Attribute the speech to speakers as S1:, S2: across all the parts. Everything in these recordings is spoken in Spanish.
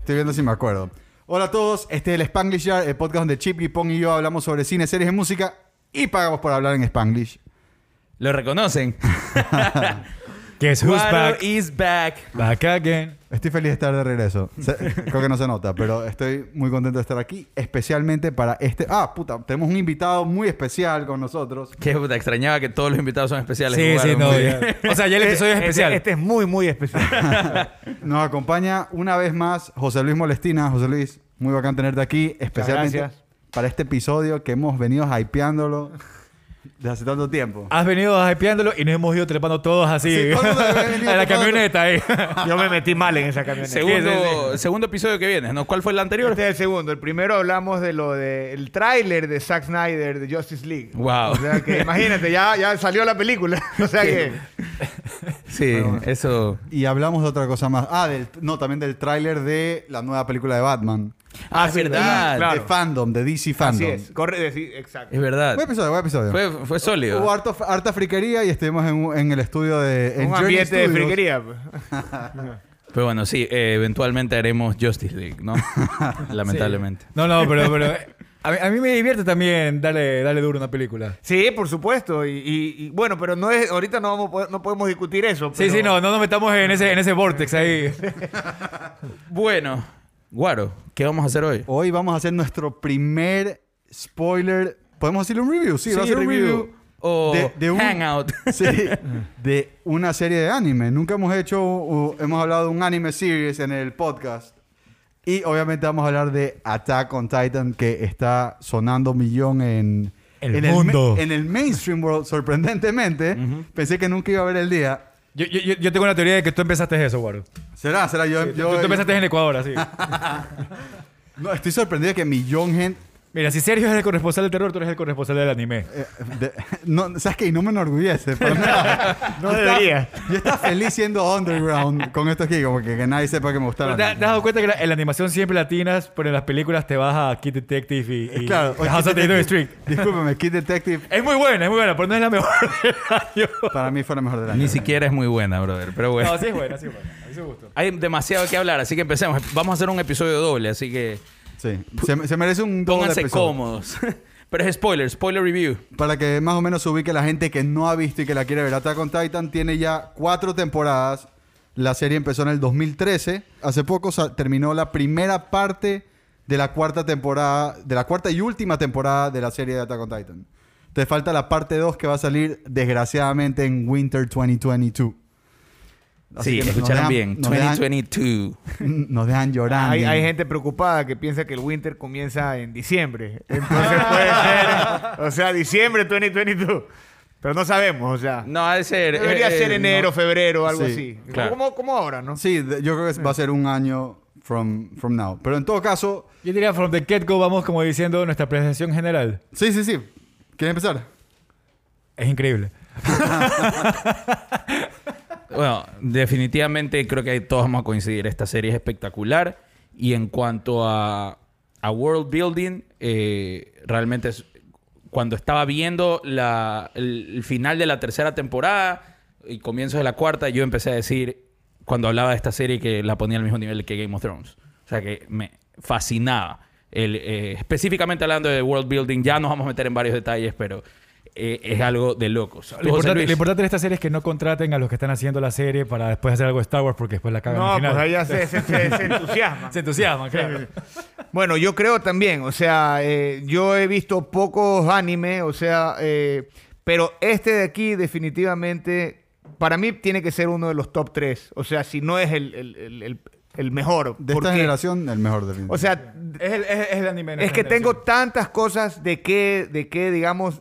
S1: Estoy viendo si me acuerdo. Hola a todos, este es el Spanglish Yard, el podcast donde Chip, Pong y yo hablamos sobre cine, series y música y pagamos por hablar en Spanglish.
S2: Lo reconocen.
S3: Guess who's
S2: Water
S3: back?
S2: is back.
S3: Back again.
S1: Estoy feliz de estar de regreso. Se- creo que no se nota, pero estoy muy contento de estar aquí, especialmente para este... Ah, puta, tenemos un invitado muy especial con nosotros.
S2: Qué puta, extrañaba que todos los invitados son especiales.
S3: Sí, sí,
S2: Jugaron,
S3: no.
S2: güey.
S3: ya. O sea, ya el episodio es
S4: Este-
S3: especial.
S4: Este, es muy, muy especial.
S1: Nos acompaña una vez más José Luis Molestina. José Luis, muy bacán tenerte aquí, especialmente
S4: gracias.
S1: para este episodio que hemos venido hypeándolo desde hace tanto tiempo.
S3: Has venido hypeándolo y nos hemos ido trepando todos así.
S1: Sí, todo el mundo había venido
S3: a la
S1: trepando.
S3: camioneta ahí.
S4: Yo me metí mal en esa camioneta.
S2: Segundo,
S4: Sí, sí,
S2: segundo episodio que viene, ¿no? ¿Cuál fue el
S4: sí.
S2: anterior?
S4: Este es el segundo. El primero hablamos de lo del tráiler de Zack Snyder de Justice League.
S2: Wow.
S4: O sea que imagínate, ya, ya salió la película. O sea que.
S2: Sí, eso.
S1: Y hablamos de otra cosa más. Ah, del, no, también del tráiler de la nueva película de Batman.
S2: Ah, es verdad.
S4: claro.
S1: De fandom, de DC
S4: Así
S1: fandom.
S4: es. Corre, eh, sí, exacto.
S2: Es verdad.
S1: Buen episodio, buen episodio.
S2: Fue, fue
S1: Hubo
S2: sólido.
S1: harto- harta friquería y estuvimos en, un- en el estudio de... en
S4: Un
S1: Journey
S4: ambiente de
S1: Studios.
S4: friquería. pues.
S2: Pero bueno, sí, eh, eventualmente haremos Justice League, ¿no? Lamentablemente.
S3: No, no, pero, pero a, mí, a mí me divierte también darle, darle duro a una película.
S4: Sí, por supuesto. Y, y- y bueno, pero no es, ahorita no, vamos, a poder- no podemos discutir eso.
S3: Sí,
S4: pero-
S3: sí, no, no nos metamos en ese, en ese vortex ahí.
S2: Bueno, Guaro, ¿qué vamos a hacer hoy?
S1: Hoy vamos a hacer nuestro primer spoiler. ¿Podemos hacerle un review? Sí, va a ser un review.
S2: O
S1: de- de un-
S2: Oh, Hangout.
S1: Sí, de una serie de anime. Nunca hemos hecho, o hemos hablado de un anime series en el podcast. Y obviamente vamos a hablar de Attack on Titan, que está sonando millón en
S3: El
S1: en
S3: mundo.
S1: ma- en el mainstream world, sorprendentemente. Pensé que nunca iba a ver el día.
S3: Yo, yo, yo- yo tengo una teoría de que tú empezaste eso, Guaro.
S1: ¿Será? ¿Será? Yo, yo-
S3: tú, tú empezaste en Ecuador, así.
S1: no, estoy sorprendido que millón gente.
S3: Mira, si Sergio es el corresponsal del terror, tú eres el corresponsal del anime.
S1: eh, de- no, ¿Sabes qué? Y no me enorgullece. para nada.
S4: No
S1: Yo estaba-
S4: debería.
S1: yo estaba feliz siendo underground con esto aquí, como que, que nadie sepa que me gusta. el
S3: Pero ¿Te, has
S1: anime.
S3: dado cuenta que la- en la animación siempre latinas, pero en las películas te vas a Kid Detective y, y
S1: Eh, Claro, oye,
S3: Eh, House
S1: Kid
S3: of the
S1: Detective-
S3: Street?
S1: Discúlpeme, Kid Detective
S3: Es muy buena, es muy buena, pero no es la mejor del año.
S1: para mí fue la mejor de la
S2: Ni siquiera es muy buena, brother. Pero bueno.
S3: No, sí es buena, sí es buena. A mí sí me gustó.
S2: Hay demasiado que hablar, así que empecemos. Vamos a hacer un episodio doble, así que
S1: Sí, se, se merece un doble
S2: pónganse
S1: episodio.
S2: cómodos. Pero es spoiler, spoiler review.
S1: Para que más o menos se ubique la gente que no ha visto y que la quiere ver. Attack on Titan tiene ya cuatro temporadas. La serie empezó en el 2013. Hace poco sa- terminó la primera parte de la cuarta temporada, de la cuarta y última temporada de la serie de Attack on Titan. Te falta la parte 2 que va a salir desgraciadamente en Winter 2022. Así
S2: sí,
S1: que nos
S2: escucharon
S1: dejan-
S2: bien.
S1: Nos dejan,
S2: 2022.
S1: nos dejan llorando.
S4: Hay, hay gente preocupada que piensa que el winter comienza en diciembre. Entonces puede ser, o sea, diciembre 2022. Pero no sabemos, o sea.
S2: No, ha de ser.
S4: debería
S2: eh, eh,
S4: ser
S2: no.
S4: enero, febrero, algo
S1: Sí,
S4: así.
S2: claro.
S4: Como, como ahora, ¿no?
S1: Sí, de- yo creo que va a ser un año from, from now. Pero en todo caso,
S3: Yo diría, from the get-go, vamos como diciendo nuestra presentación general.
S1: sí, sí, sí. ¿Quieres empezar?
S3: Es increíble.
S2: Bueno, definitivamente creo que ahí todos vamos a coincidir. Esta serie es espectacular. Y en cuanto a, a world building, eh, realmente es- cuando estaba viendo la- el, el final de la tercera temporada y comienzo de la cuarta, yo empecé a decir, cuando hablaba de esta serie, que la ponía al mismo nivel que Game of Thrones. O sea que me fascinaba. El, eh, específicamente hablando de world building, ya nos vamos a meter en varios detalles, pero eh, es algo de locos. Tú,
S3: Lo
S2: José
S3: importante,
S2: Luis.
S3: lo importante de esta serie es que no contraten a los que están haciendo la serie para después hacer algo de Star Wars porque después la cagan
S4: No,
S3: al final.
S4: pues allá se, se, se- se entusiasman.
S3: Se entusiasman, claro.
S4: Bueno, yo creo también, o sea, eh, yo he visto pocos animes, o sea, eh, pero este de aquí definitivamente, para mí tiene que ser uno de los top tres, o sea, si no es el, el- el- el- el mejor.
S1: De
S4: porque-
S1: esta generación, el mejor del
S4: O sea,
S3: Es el, es- es el anime. de
S4: es
S3: nuestra
S4: que tengo
S3: generación.
S4: tantas cosas de que, de que, digamos,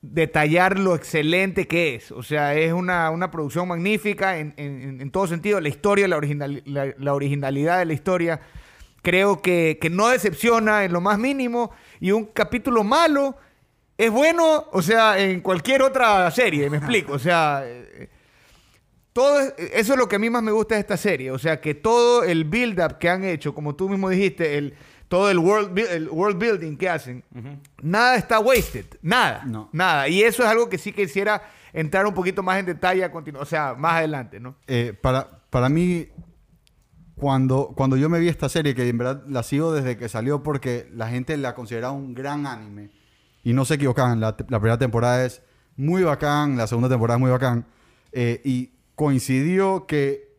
S4: detallar lo excelente que es. O sea, es una, una producción magnífica en, en- en todo sentido. La historia, la, original- la, la originalidad de la historia, creo que, que no decepciona en lo más mínimo. Y un capítulo malo es bueno, o sea, en cualquier otra serie, me explico. O sea... eh, todo es- eso es lo que a mí más me gusta de esta serie. O sea, que todo el build-up que han hecho, como tú mismo dijiste, el, todo el world, bui- el world building que hacen, nada está wasted. Nada.
S1: No.
S4: Nada. Y eso es algo que sí quisiera entrar un poquito más en detalle a continu- O sea, más adelante, ¿no?
S1: Eh, para, para mí, cuando, cuando yo me vi esta serie, que en verdad la sigo desde que salió porque la gente la consideraba un gran anime, y no se equivocaban, la, te- la primera temporada es muy bacán, la segunda temporada es muy bacán, eh, y coincidió que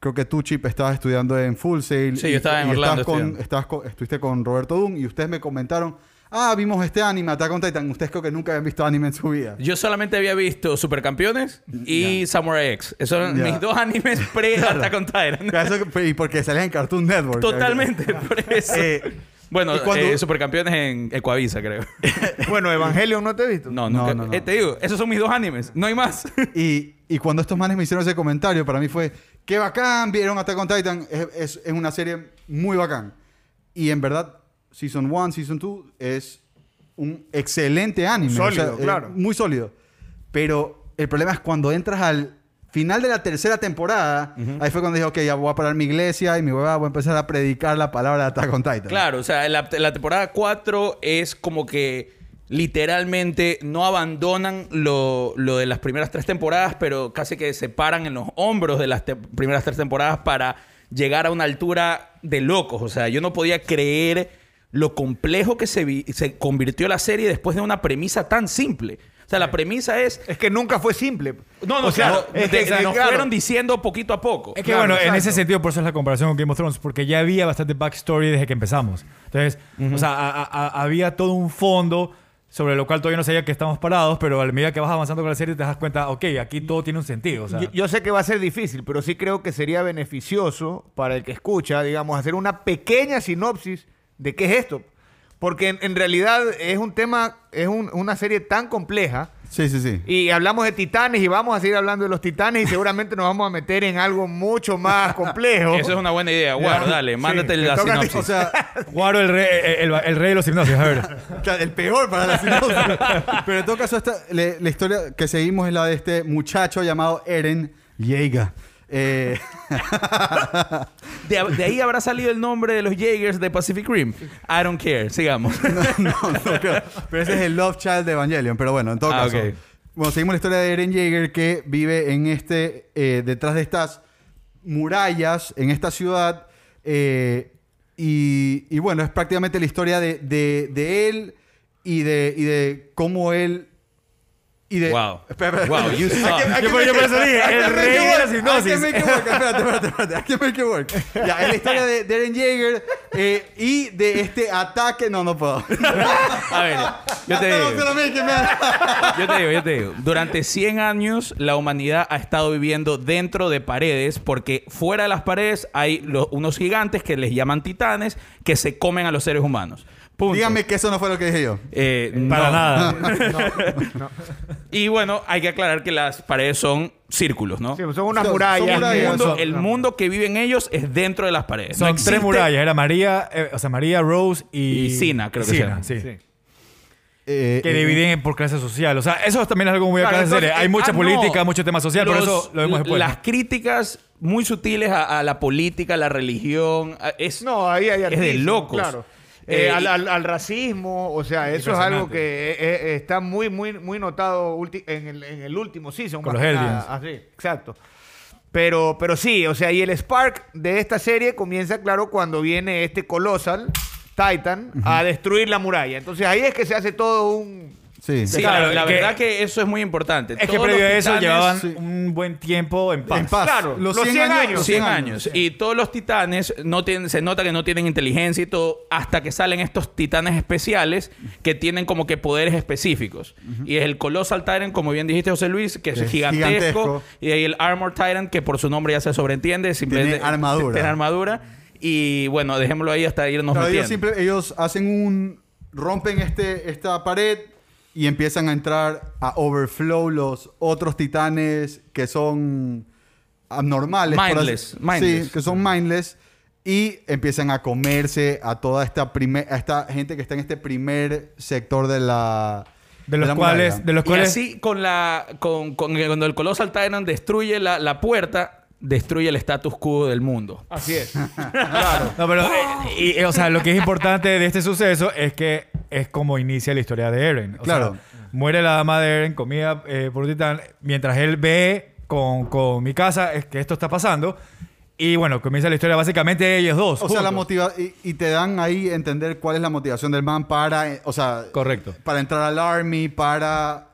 S1: creo que tú, Chip, estabas estudiando en Full Sail.
S2: Sí,
S1: y-
S2: yo estaba en
S1: y
S2: Orlando
S1: estabas con-
S2: estudiando.
S1: estabas con- estuviste con Roberto Dunn y ustedes me comentaron, ah, vimos este anime, Attack on Titan, ustedes creo que nunca habían visto anime en su vida.
S2: Yo solamente había visto Supercampeones y Samurai X. Esos eran
S1: Ya.
S2: mis dos animes pre Attack on Titan.
S1: Eso que- y porque salían en Cartoon Network.
S2: Totalmente, por eso.
S1: Eh,
S2: bueno,
S1: y cuando-
S2: eh, Supercampeones en Ecuavisa, creo.
S4: Bueno, Evangelion no te he visto.
S2: No,
S1: No,
S2: nunca-
S1: no, no.
S2: eh, te digo, esos son mis dos animes. No hay más.
S1: Y, y cuando estos manes me hicieron ese comentario, para mí fue, qué bacán, vieron Attack on Titan, es, es- es una serie muy bacán. Y en verdad, Season 1, Season 2 es un excelente anime.
S4: Sólido,
S1: es
S4: claro.
S1: muy sólido. Pero el problema es cuando entras al final de la tercera temporada, ahí fue cuando dije, ok, ya voy a parar mi iglesia y mi huevada, voy a empezar a predicar la palabra de Attack on Titan.
S2: Claro, o sea, la, la temporada 4 es como que literalmente no abandonan lo, lo de las primeras tres temporadas, pero casi que se paran en los hombros de las te- primeras tres temporadas para llegar a una altura de locos. O sea, yo no podía creer lo complejo que se, vi- se convirtió la serie después de una premisa tan simple. O sea, la premisa es...
S4: Es que nunca fue simple.
S2: No, no,
S4: O sea,
S2: claro.
S4: es que,
S2: de- nos
S4: claro,
S2: fueron diciendo poquito a poco.
S3: Es que
S4: Claro,
S3: bueno, en
S4: exacto.
S3: ese sentido, por eso es la comparación con Game of Thrones, porque ya había bastante backstory desde que empezamos. Entonces, o sea, a- a- a- había todo un fondo sobre lo cual todavía no sabía que estamos parados, pero a la medida que vas avanzando con la serie te das cuenta, ok, aquí todo tiene un sentido. O sea,
S4: Yo, yo sé que va a ser difícil, pero sí creo que sería beneficioso para el que escucha, digamos, hacer una pequeña sinopsis de qué es esto. Porque en, en realidad es un tema, es un- una serie tan compleja.
S1: Sí, sí, sí.
S4: Y hablamos de titanes y vamos a seguir hablando de los titanes y seguramente nos vamos a meter en algo mucho más complejo.
S2: Eso es una buena idea. Guau,
S4: Ya.
S2: dale,
S4: Sí,
S2: mándate
S4: te
S2: la
S4: toca a ti.
S2: sinopsis.
S1: O sea,
S3: Guaro, el rey, el, el- el rey de los hipnosis, a ver.
S1: Claro, el peor para la sinopsis. Pero en todo caso, esta- le- la historia que seguimos es la de este muchacho llamado Eren Yeager. Eh,
S2: De, de ahí habrá salido el nombre de los Jaegers de Pacific Rim. I don't care. Sigamos.
S1: no, no creo. Pero ese es el Love Child de Evangelion. Pero bueno, en todo
S2: Ah,
S1: caso.
S2: ok.
S1: Bueno, seguimos la historia de Eren Yeager que vive en este. eh, detrás de estas murallas, en esta ciudad. eh, y, y bueno, es prácticamente la historia de, de- de él y de, y de cómo él. Y de.
S2: Wow.
S1: Espera, espera.
S2: Wow, you suck.
S1: Hay que- hay que
S3: Yo por- yo por eso dije,
S1: hay que
S3: el
S1: make
S3: rey
S1: it
S3: de
S1: work,
S3: las hipnosis.
S1: Hay que make it work. Espérate, espérate, espérate. Hay que make it work. Ya, es la historia de, de Eren Jaeger eh, y de este ataque. No, no puedo.
S2: A ver, yo te
S1: Ah, No,
S2: digo.
S1: no se lo make it, man.
S2: Yo te digo, yo te digo. Durante 100 años la humanidad ha estado viviendo dentro de paredes porque fuera de las paredes hay lo- unos gigantes que les llaman titanes que se comen a los seres humanos. Punto.
S1: Dígame que eso no fue lo que dije yo.
S2: Eh,
S3: Para
S2: no.
S3: nada.
S2: Y bueno, hay que aclarar que las paredes son círculos, ¿no?
S4: Sí, son
S1: Son-
S4: unas
S1: son
S4: murallas.
S2: el,
S1: murallas,
S2: mundo,
S1: son-
S2: el mundo que viven ellos es dentro de las paredes. No
S3: Son
S2: existe-
S3: tres murallas. Era María, eh, o sea, María, Rose y...
S2: Y Sina, creo que se
S3: Sina,
S2: llama.
S3: sí.
S4: Sí.
S1: Eh,
S3: Que
S1: eh,
S3: dividen en- por clase social. O sea, eso también es algo muy
S2: Claro,
S3: acá de
S2: entonces,
S3: serie. Hay
S2: eh,
S3: mucha
S2: ah,
S3: política,
S2: no.
S3: mucho tema social, pero
S2: Los-
S3: eso lo vemos después.
S2: Las críticas muy sutiles a, a la política, a la religión, a- es,
S4: No, ahí hay
S2: es de
S4: artistas,
S2: locos.
S4: Claro. Eh,
S2: Eh,
S4: al, al- al racismo, o sea, eso es algo que eh, eh, está muy, muy, muy notado ulti- en el, en el último season.
S3: Con
S4: más
S3: los
S4: que
S3: Hellions.
S4: nada. Así, exacto. Pero, pero sí, o sea, y el spark de esta serie comienza, claro, cuando viene este colossal Titan a destruir la muralla. Entonces ahí es que se hace todo un...
S1: sí.
S2: sí,
S3: claro,
S2: la, la
S3: que-
S2: verdad que eso es muy importante.
S3: Es que
S2: Todos
S3: previo
S2: los
S3: a eso
S2: titanes-
S3: llevaban
S1: sí.
S3: un buen tiempo en paz.
S1: En paz.
S4: Claro, los 100 años.
S1: los
S2: 100 años. Y todos los titanes no tienen, se nota que no tienen inteligencia y todo, hasta que salen estos titanes especiales que tienen como que poderes específicos. Y es el Colossal Tyrant, como bien dijiste, José Luis, que es,
S1: Que es
S2: gigantesco,
S1: gigantesco.
S2: Y ahí el Armor Tyrant, que por su nombre ya se sobreentiende, simplemente
S1: armadura.
S2: Tiene armadura. Y bueno, dejémoslo ahí hasta irnos
S1: Claro, ellos,
S2: metiendo.
S1: simple- ellos hacen un. rompen este, esta pared y empiezan a entrar a overflow los otros titanes que son abnormales. por así-
S2: Mindless, mindless.
S1: Sí, que son mindless. Y empiezan a comerse a toda esta primer, a esta gente que está en este primer sector de la.
S3: De los
S1: la
S3: cuales,
S1: muralla.
S3: de los
S2: Y
S3: cuales
S2: así con la con, con- cuando el Colossal Tyrant destruye la, la puerta, destruye el status quo del mundo.
S4: Así es.
S3: No, pero, eh,
S4: Oh.
S3: y, eh, o sea, lo que es importante de este suceso es que es como inicia la historia de Eren. O
S1: Claro.
S3: sea, muere la dama de Eren, comida eh, por un titán, mientras él ve con, con mi casa es que esto está pasando. Y bueno, comienza la historia básicamente de ellos dos.
S1: O sea, la
S3: juntos.
S1: motiva y, y te dan ahí entender cuál es la motivación del man para, eh, o sea,
S2: Correcto.
S1: para entrar al army, para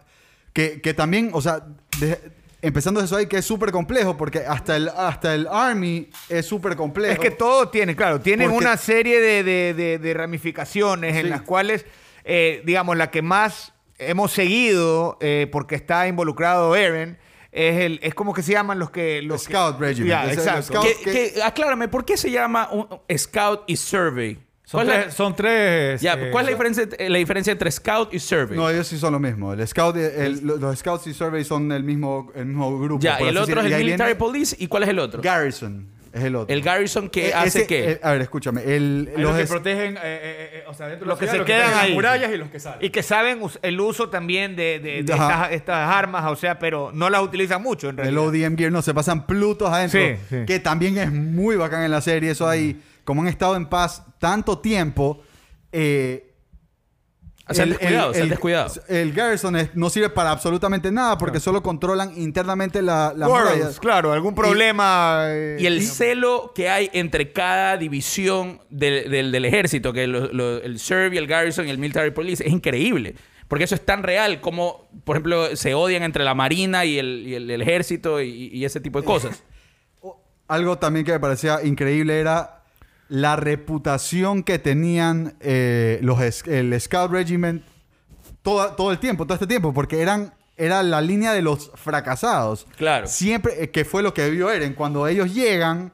S1: que, que también, o sea, de- empezando eso ahí que es súper complejo porque hasta el hasta el army es súper complejo.
S4: Es que todo tiene, claro, tienen
S1: Porque-
S4: una serie de, de- de- de ramificaciones
S1: Sí.
S4: en las cuales, eh, digamos, la que más hemos seguido, eh, porque está involucrado Aaron, es el, es como que se llaman los que. Los que-
S1: Scout Regiment.
S4: Ya,
S1: Es el
S4: exacto.
S1: Scout-
S2: Que-
S1: ¿qué?
S2: que- aclárame, ¿por qué se llama un- Scout y Survey?
S3: Son
S2: ¿Cuál es la-
S3: tres. son tres,
S2: Ya,
S3: eh,
S2: ¿cuál es la diferencia, eh, la diferencia entre Scout y Survey?
S1: no, ellos sí son lo mismo. El scout, eh, el- lo- los scouts y survey son el mismo, el mismo grupo.
S2: ya,
S1: por
S2: el otro
S1: así
S2: es
S1: decirlo.
S2: el
S1: Y ahí viene
S2: Military Police y ¿cuál es el otro?
S1: Garrison es el otro.
S2: el Garrison que
S1: E-
S2: hace
S1: ese-
S2: qué?
S1: eh, a ver, escúchame. El,
S3: Hay los, que
S1: es-
S3: protegen, eh, eh, eh, o sea, dentro de la
S4: Los que
S3: ciudad,
S4: se quedan
S3: están en
S4: ahí.
S3: las murallas y los que salen.
S4: Y que saben us- el uso también de, de- de
S1: Ajá.
S4: estas, estas armas, o sea, pero no las utilizan mucho en
S1: El
S4: realidad.
S1: ODM Gear, no, se pasan plutos adentro.
S3: Sí, sí.
S1: Que también es muy bacán en la serie. Eso ahí, como han estado en paz tanto tiempo. eh,
S2: Ah, se han descuidado, se han descuidado.
S1: el Garrison es- no sirve para absolutamente nada porque solo controlan internamente la, la
S4: Worlds,
S1: muralla.
S4: claro, algún problema. eh,
S2: Y el celo que hay entre cada división del, del- del ejército, que lo- lo- el Survey, el Garrison y el Military Police, es increíble. Porque eso es tan real como, por ejemplo, se odian entre la Marina y el, y el- el ejército y, y ese tipo de cosas.
S1: Algo también que me parecía increíble era la reputación que tenían eh, los, es- el Scout Regiment toda- todo el tiempo, todo este tiempo, porque eran era la línea de los fracasados.
S2: Claro.
S1: Siempre, eh, que fue lo que vio Eren. Cuando ellos llegan,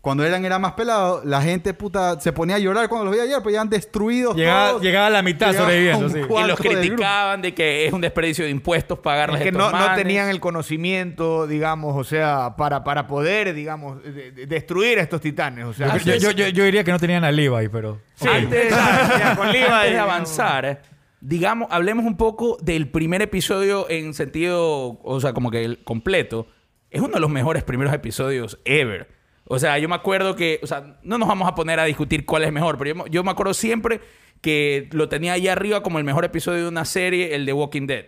S1: cuando Eren era más pelado, la gente puta se ponía a llorar cuando los veía llegar, pues ya han destruido
S3: Llegaba,
S1: todos.
S3: llegaba a la mitad
S1: Llegaba
S3: sobreviviendo.
S1: un
S3: sí.
S1: cuarto
S2: y los
S1: del grupo.
S2: criticaban de que es un desperdicio de impuestos
S4: Es
S2: pagarles
S4: que
S2: estos
S4: no, no
S2: manes.
S4: tenían el conocimiento, digamos, o sea, para, para poder, digamos, de- de- destruir a estos titanes. O sea,
S3: Yo, yo, yo, yo diría que no tenían al Levi, pero.
S4: Sí.
S2: Antes,
S4: Exacto, ya, con Levi,
S2: antes de
S4: digamos.
S2: avanzar, eh. digamos, hablemos un poco del primer episodio en sentido, o sea, como que el completo. Es uno de los mejores primeros episodios ever. O sea, yo me acuerdo que, o sea, no nos vamos a poner a discutir cuál es mejor, pero yo, me- yo me acuerdo siempre que lo tenía ahí arriba como el mejor episodio de una serie, el de Walking Dead.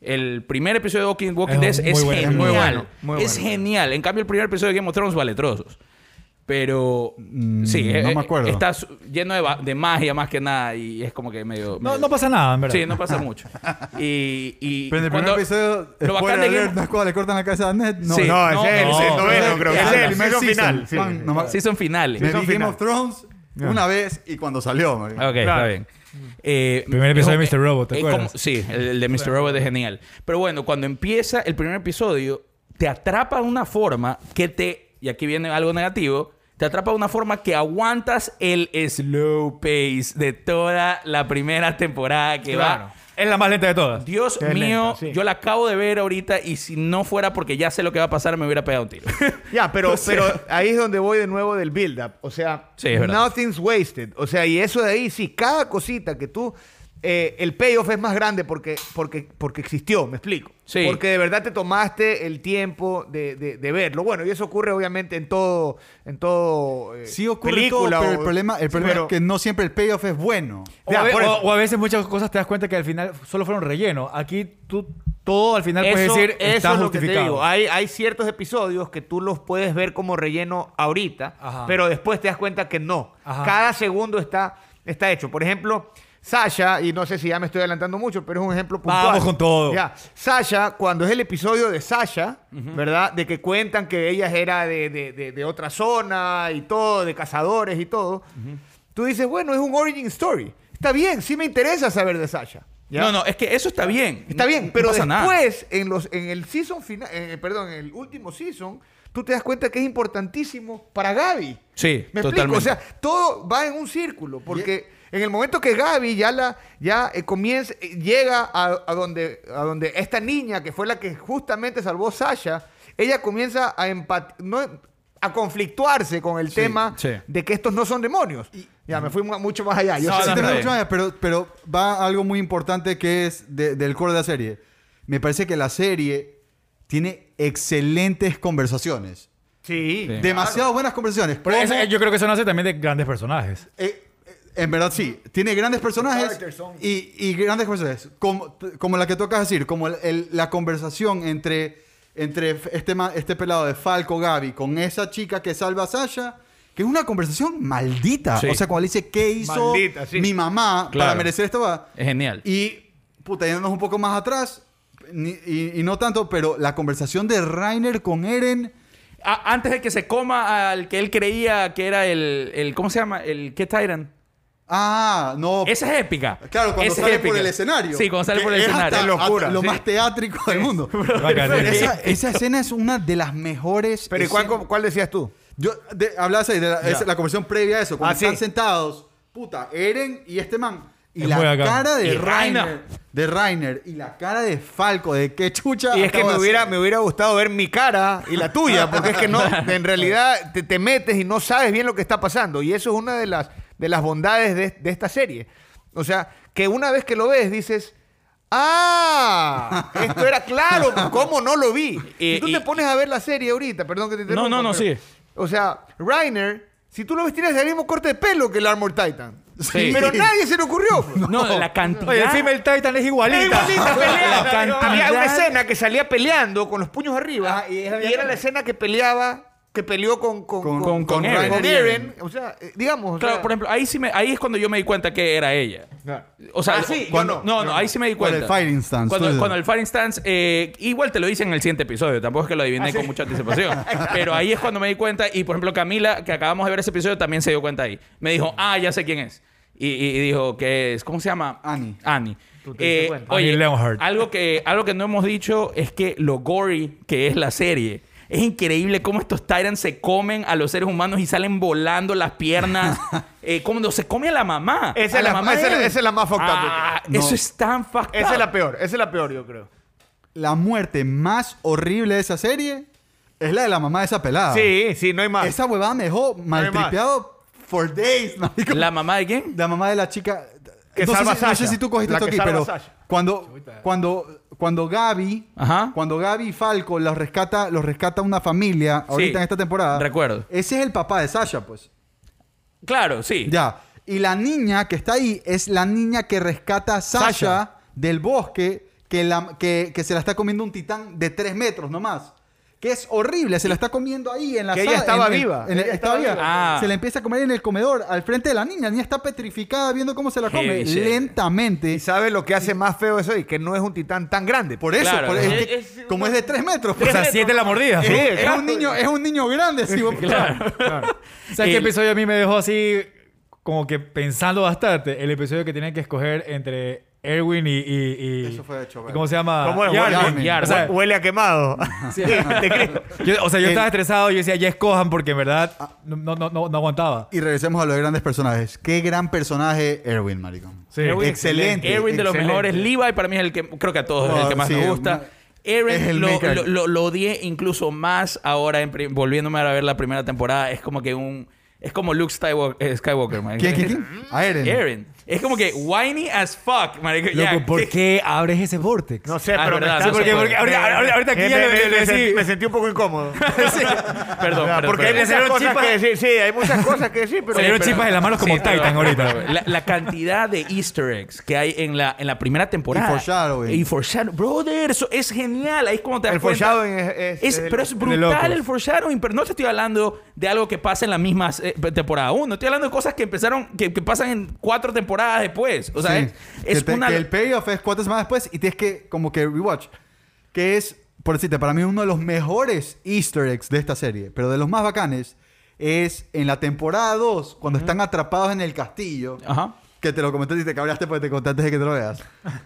S2: El primer episodio de Walking, Walking
S3: Es
S2: Dead es
S3: muy bueno,
S2: genial.
S3: es muy
S4: bueno, muy
S2: Es
S4: bueno.
S2: genial. En cambio, el primer episodio de Game of Thrones vale trozos. Pero sí,
S1: no
S2: eh,
S1: me
S2: eh,
S1: acuerdo.
S2: Está su- lleno de, va- de magia más que nada y es como que medio.
S3: No,
S2: medio-
S3: no pasa nada, en verdad.
S2: Sí, no pasa mucho. Y, y
S1: Pero en el
S2: cuando-
S1: primer episodio,
S2: lo bacán
S1: spoiler
S2: de Game-
S1: alert, ¿no es cuando le cortan la cabeza a Ned? No,
S2: Sí.
S4: No,
S2: No,
S4: ese es el-
S3: no,
S4: ese es el noveno,
S1: no,
S4: creo.
S1: es
S4: Ese
S1: el
S4: es el
S1: primer
S4: mero
S1: season.
S4: final. sí.
S1: Man, no me-
S2: Sí, son finales.
S1: Me
S4: Season
S1: vi Game
S4: final.
S1: of Thrones una vez y cuando salió, marico.
S2: Ok, está
S4: Claro.
S2: bien. Eh,
S3: Primer episodio de
S2: es-
S3: Mr. Robot, ¿te
S2: es como-
S3: acuerdas?
S2: sí, el, el de Mr. Robot es genial. Pero bueno, cuando empieza el primer episodio, te atrapa de una forma que te. Y aquí viene algo negativo. Te atrapa de una forma que aguantas el slow pace de toda la primera temporada que va.
S3: Claro. Es la más lenta de todas.
S2: Dios
S4: Qué
S2: mío,
S4: lento, sí.
S2: yo la acabo de ver ahorita y si no fuera porque ya sé lo que va a pasar, me hubiera pegado un tiro.
S4: Ya, pero,
S2: O sea-
S4: pero ahí es donde voy de nuevo del build-up. O sea,
S2: Sí, es verdad.
S4: nothing's wasted. O sea, y eso de ahí, sí, cada cosita que tú... eh, el payoff es más grande porque, porque, porque existió, me explico.
S2: Sí.
S4: Porque de verdad te tomaste el tiempo de, de- de verlo. Bueno, y eso ocurre obviamente en todo... En todo eh,
S1: Sí ocurre
S4: película
S1: todo, pero
S4: o-
S1: el problema, el problema
S4: pero-
S1: es que no siempre el payoff es bueno.
S3: O,
S4: Ya,
S3: a ve-
S4: por
S3: o-
S4: eso.
S3: o a veces muchas cosas te das cuenta que al final solo fueron relleno. Aquí tú todo al final puedes
S4: Eso-
S3: decir
S4: eso
S3: está
S4: es lo que te
S3: justificado.
S4: digo. Hay, hay ciertos episodios que tú los puedes ver como relleno ahorita,
S3: Ajá.
S4: pero después te das cuenta que no.
S3: Ajá.
S4: Cada segundo está, está hecho. Por ejemplo, Sasha, y no sé si ya me estoy adelantando mucho, pero es un ejemplo puntual.
S3: Vamos con todo.
S4: Ya, Sasha, cuando es el episodio de Sasha, ¿verdad? De que cuentan que ella era de, de- de- de otra zona y todo, de cazadores y todo. Tú dices, bueno, es un origin story. Está bien, sí me interesa saber de Sasha. ¿ya?
S2: No, no, es que eso está bien.
S4: Está
S2: No-
S4: bien,
S2: no
S4: pero
S2: pasa nada.
S4: después, en, los, en el season final, eh, perdón, en el último season, tú te das cuenta que es importantísimo para Gaby.
S2: Sí,
S4: ¿Me explico?
S2: totalmente.
S4: O sea, todo va en un círculo, porque en el momento que Gaby ya la ya eh, comienza, eh, llega a, a donde, a donde esta niña, que fue la que justamente salvó Sasha, ella comienza a empat- no, a conflictuarse con el tema
S2: sí.
S4: de que estos no son demonios. ya, me fui mu- mucho más allá. Yo
S2: No,
S4: sé-
S1: Sí,
S2: no,
S1: te
S2: no,
S1: lo
S2: no.
S1: escucho, Maya, pero, pero va algo muy importante que es de- del core de la serie. Me parece que la serie tiene excelentes conversaciones.
S4: Sí.
S2: Sí.
S1: Demasiadas buenas conversaciones.
S3: Pero eso-
S1: ¿Cómo?
S3: yo creo que eso nace también de grandes personajes.
S1: Eh, eh, en verdad sí, tiene grandes personajes
S4: Characters son-
S1: y, y grandes conversaciones, como, como la que tocas decir, como el- el- la conversación entre, entre f- este, ma- este pelado de Falco Gaby con esa chica que salva a Sasha, que es una conversación maldita.
S2: Sí.
S1: O sea, cuando le dice, ¿qué hizo
S4: Maldita, sí.
S1: mi mamá para
S2: Claro.
S1: merecer esto? Va?
S2: Es genial.
S1: Y, puta, yéndonos un poco más atrás, ni- y, y no tanto, pero la conversación de Rainer con Eren...
S2: A- antes de que se coma al que él creía que era el, el ¿cómo se llama? El que Tyrant.
S1: Ah, no.
S2: Esa es épica.
S1: Claro, cuando
S2: Esa es
S1: sale por
S2: épica.
S1: el escenario.
S2: Sí, cuando sale
S1: Que
S2: por el
S1: es
S2: escenario.
S1: hasta-
S4: Es locura,
S1: hasta Lo
S4: sí.
S1: más teátrico del mundo.
S3: Bacán,
S1: Pero
S3: ¿eh?
S1: esa, esa escena es una de las mejores.
S4: Pero ¿y cuál,
S1: escenas.
S4: cuál decías tú?
S1: Yo, de, hablabas ahí de la, es la conversación previa a eso. Cuando
S4: Ah, sí.
S1: están sentados, puta, Eren y este man. Y
S3: Es
S1: la
S3: muy bacán.
S1: cara de
S2: Y Reiner.
S1: Rainer. De Rainer. Y la cara de Falco. De qué chucha.
S4: Y es que
S1: acabo
S4: me
S1: de
S4: hubiera,
S1: hacer.
S4: me hubiera gustado ver mi cara y la tuya, porque es que no, en realidad te, te metes y no sabes bien lo que está pasando. Y eso es una de las, de las bondades de, de esta serie. O sea, que una vez que lo ves, dices, ¡ah! Esto era claro, pues, ¿cómo no lo vi?
S2: Y-
S4: si tú
S2: y-
S4: te pones a ver la serie ahorita, perdón que te interrumpa.
S2: no, no,
S4: pero-
S2: sí.
S4: O sea, Reiner, si tú lo ves, tienes el mismo corte de pelo que el Armor Titan.
S2: Sí.
S4: Pero nadie se le ocurrió. pues.
S2: No, la cantidad.
S3: Oye, encima el Titan es igualita.
S4: Igualita, pelea.
S2: La cantidad-
S4: Había una escena que salía peleando con los puños arriba
S1: Ajá,
S4: y,
S1: y era-
S4: era la escena que peleaba, que peleó con con
S1: Con-
S2: con- con
S4: Eren.
S2: Eren.
S4: Con Eren. O sea, eh, digamos. o
S2: Claro,
S4: sea,
S2: por ejemplo, ahí sí me, ahí es cuando yo me di cuenta que era ella.
S4: Claro.
S2: O sea,
S4: Ah, sí, yo
S2: cuando-
S4: no.
S2: no,
S4: Yo
S2: no,
S4: no.
S2: ahí sí me di
S1: Cuando
S2: cuenta.
S1: el Fire Stance, tú
S2: Cuando,
S1: dices.
S2: cuando el Fire Stance, eh, igual te lo dicen en el siguiente episodio, tampoco es que lo
S4: Ah,
S2: adiviné con mucha anticipación. pero ahí es cuando me di cuenta. Y por ejemplo, Camila, que acabamos de ver ese episodio, también se dio cuenta ahí. Me dijo, ah, ya sé quién es. Y, y- y dijo, ¿qué es? ¿Cómo se llama?
S1: Annie.
S2: Annie.
S4: te diste
S2: Eh,
S4: cuenta.
S2: oye,
S3: Annie Leonhardt.
S2: algo que, algo que no hemos dicho es que lo gory que es la serie. Es increíble cómo estos Tyrants se comen a los seres humanos y salen volando las piernas. eh, cuando se come a la mamá.
S4: Esa
S2: A
S4: es la- esa es la-
S2: de-
S4: esa es la más fucked up, yo
S2: Ah,
S1: creo.
S2: Eso
S1: No.
S2: es tan fucked
S4: Esa es
S2: up.
S4: la peor, esa es la peor, yo creo.
S1: La muerte más horrible de esa serie es la de la mamá de esa pelada.
S4: Sí, sí, no hay más.
S1: Esa huevada me dejó
S4: hay más.
S1: maltripeado for days, marico.
S2: ¿La mamá de quién?
S1: La mamá de la chica.
S4: Que
S1: no,
S4: salva
S1: sé, si-
S4: a
S1: no
S4: Sasha.
S1: sé si tú cogiste
S4: La
S1: esto
S4: que
S1: aquí,
S4: salva
S1: pero
S4: a Sasha.
S1: cuando, cuando, cuando Gaby,
S2: Ajá.
S1: cuando Gaby y Falco los rescata, los rescata una familia ahorita
S2: Sí,
S1: en esta temporada.
S2: recuerdo.
S1: Ese es el papá de Sasha, pues.
S2: Claro, sí.
S1: Ya. Y la niña que está ahí es la niña que rescata a Sasha,
S4: Sasha.
S1: del bosque que, la, que, que se la está comiendo un titán de tres metros nomás. Que es horrible, se la está comiendo ahí en la
S4: Que ella
S1: sala-
S4: estaba
S1: en el-
S4: viva.
S1: en el-
S4: Ella
S1: estaba viva.
S4: estaba
S2: viva. Ah.
S1: Se la empieza a comer en el comedor, al frente de la niña. La niña está petrificada viendo cómo se la
S2: Heavy
S1: come
S2: shit.
S1: lentamente.
S4: Y sabe lo que hace más feo eso y que no es un titán tan grande.
S1: Por eso,
S2: Claro.
S1: por- es
S2: Es-
S1: que-
S4: es-
S1: como es de tres metros. pues,
S3: O sea, siete la mordida.
S1: es,
S4: Sí,
S1: es
S4: claro.
S1: un niño, es un niño grande, sí, vos-
S3: ¿Sabes qué
S2: El-
S3: episodio a mí me dejó así como que pensando bastante? El episodio que tienen que escoger entre Erwin y... y- y-
S1: Eso fue hecho,
S3: ¿Cómo se llama?
S4: ¿Cómo es?
S3: Yarmin.
S1: Yarmin.
S3: O sea,
S4: Huele- Huele a quemado. Te creo.
S3: yo- o sea, yo
S1: El-
S3: estaba estresado. Yo decía, ya escojan porque en verdad
S1: ah.
S3: no, no, no, no aguantaba.
S1: Y regresemos a los grandes personajes. Qué gran personaje Erwin, maricón.
S3: Sí.
S1: Erwin,
S3: Erwin,
S1: excelente.
S2: Erwin de los
S4: excelente.
S2: mejores. Levi para mí es el que, creo que a todos es el
S1: Ah,
S2: que más
S1: sí,
S2: me
S1: es
S2: gusta.
S1: un- es el
S2: Eren lo,
S1: maker.
S2: lo, lo- lo odié incluso más ahora, en pri- volviéndome a ver la primera temporada. Es como que un... Es como Luke Skywalker, eh, Skywalker man.
S1: ¿Quién, quién, quién? A Eren.
S2: Eren. Es como que whiny as fuck, marico.
S3: Loco,
S2: Ya,
S3: ¿por
S2: ¿qué-
S3: qué abres ese vortex?
S4: No sé,
S2: Ah,
S4: pero me
S2: verdad,
S4: está-
S2: sí, porque- porque
S3: ahorita- ahorita- ahorita aquí
S4: Me-
S3: ya
S4: me-
S3: lo- lo-
S4: me
S3: lo-
S4: sentí-
S3: sí.
S4: me sentí un poco incómodo.
S2: Sí. Perdón,
S4: O sea,
S2: perdón,
S4: porque
S2: perdón.
S4: hay muchas
S3: Salieron
S4: cosas
S3: chispas.
S4: que decir, sí, hay muchas cosas que decir, pero...
S3: Salieron
S4: pero-
S3: chispas en las manos como
S2: Sí, pero-
S3: Titan ahorita.
S2: La, la cantidad de easter eggs que hay en la, en la primera temporada.
S1: Y foreshadowing.
S2: Y foreshadow- Brother, eso es genial. Ahí es como te das
S4: El
S2: cuenta.
S4: foreshadowing es- es-
S2: Es-
S4: es de
S2: pero es
S4: locos.
S3: De locos.
S2: brutal el foreshadowing. Pero no te estoy hablando de algo que pasa en la misma eh, temporada 1. Estoy hablando de cosas que empezaron, que, que pasan en cuatro temporadas después. O sea,
S1: Sí.
S2: es- es,
S1: que te-
S2: una...
S1: que el payoff es cuatro semanas después y tienes que, como que rewatch. Que es, por decirte, para mí uno de los mejores easter eggs de esta serie, pero de los más bacanes, es en la temporada 2, cuando están atrapados en el castillo.
S2: Ajá.
S1: Que te lo comenté y te cabreaste porque te contaste de que te lo veas.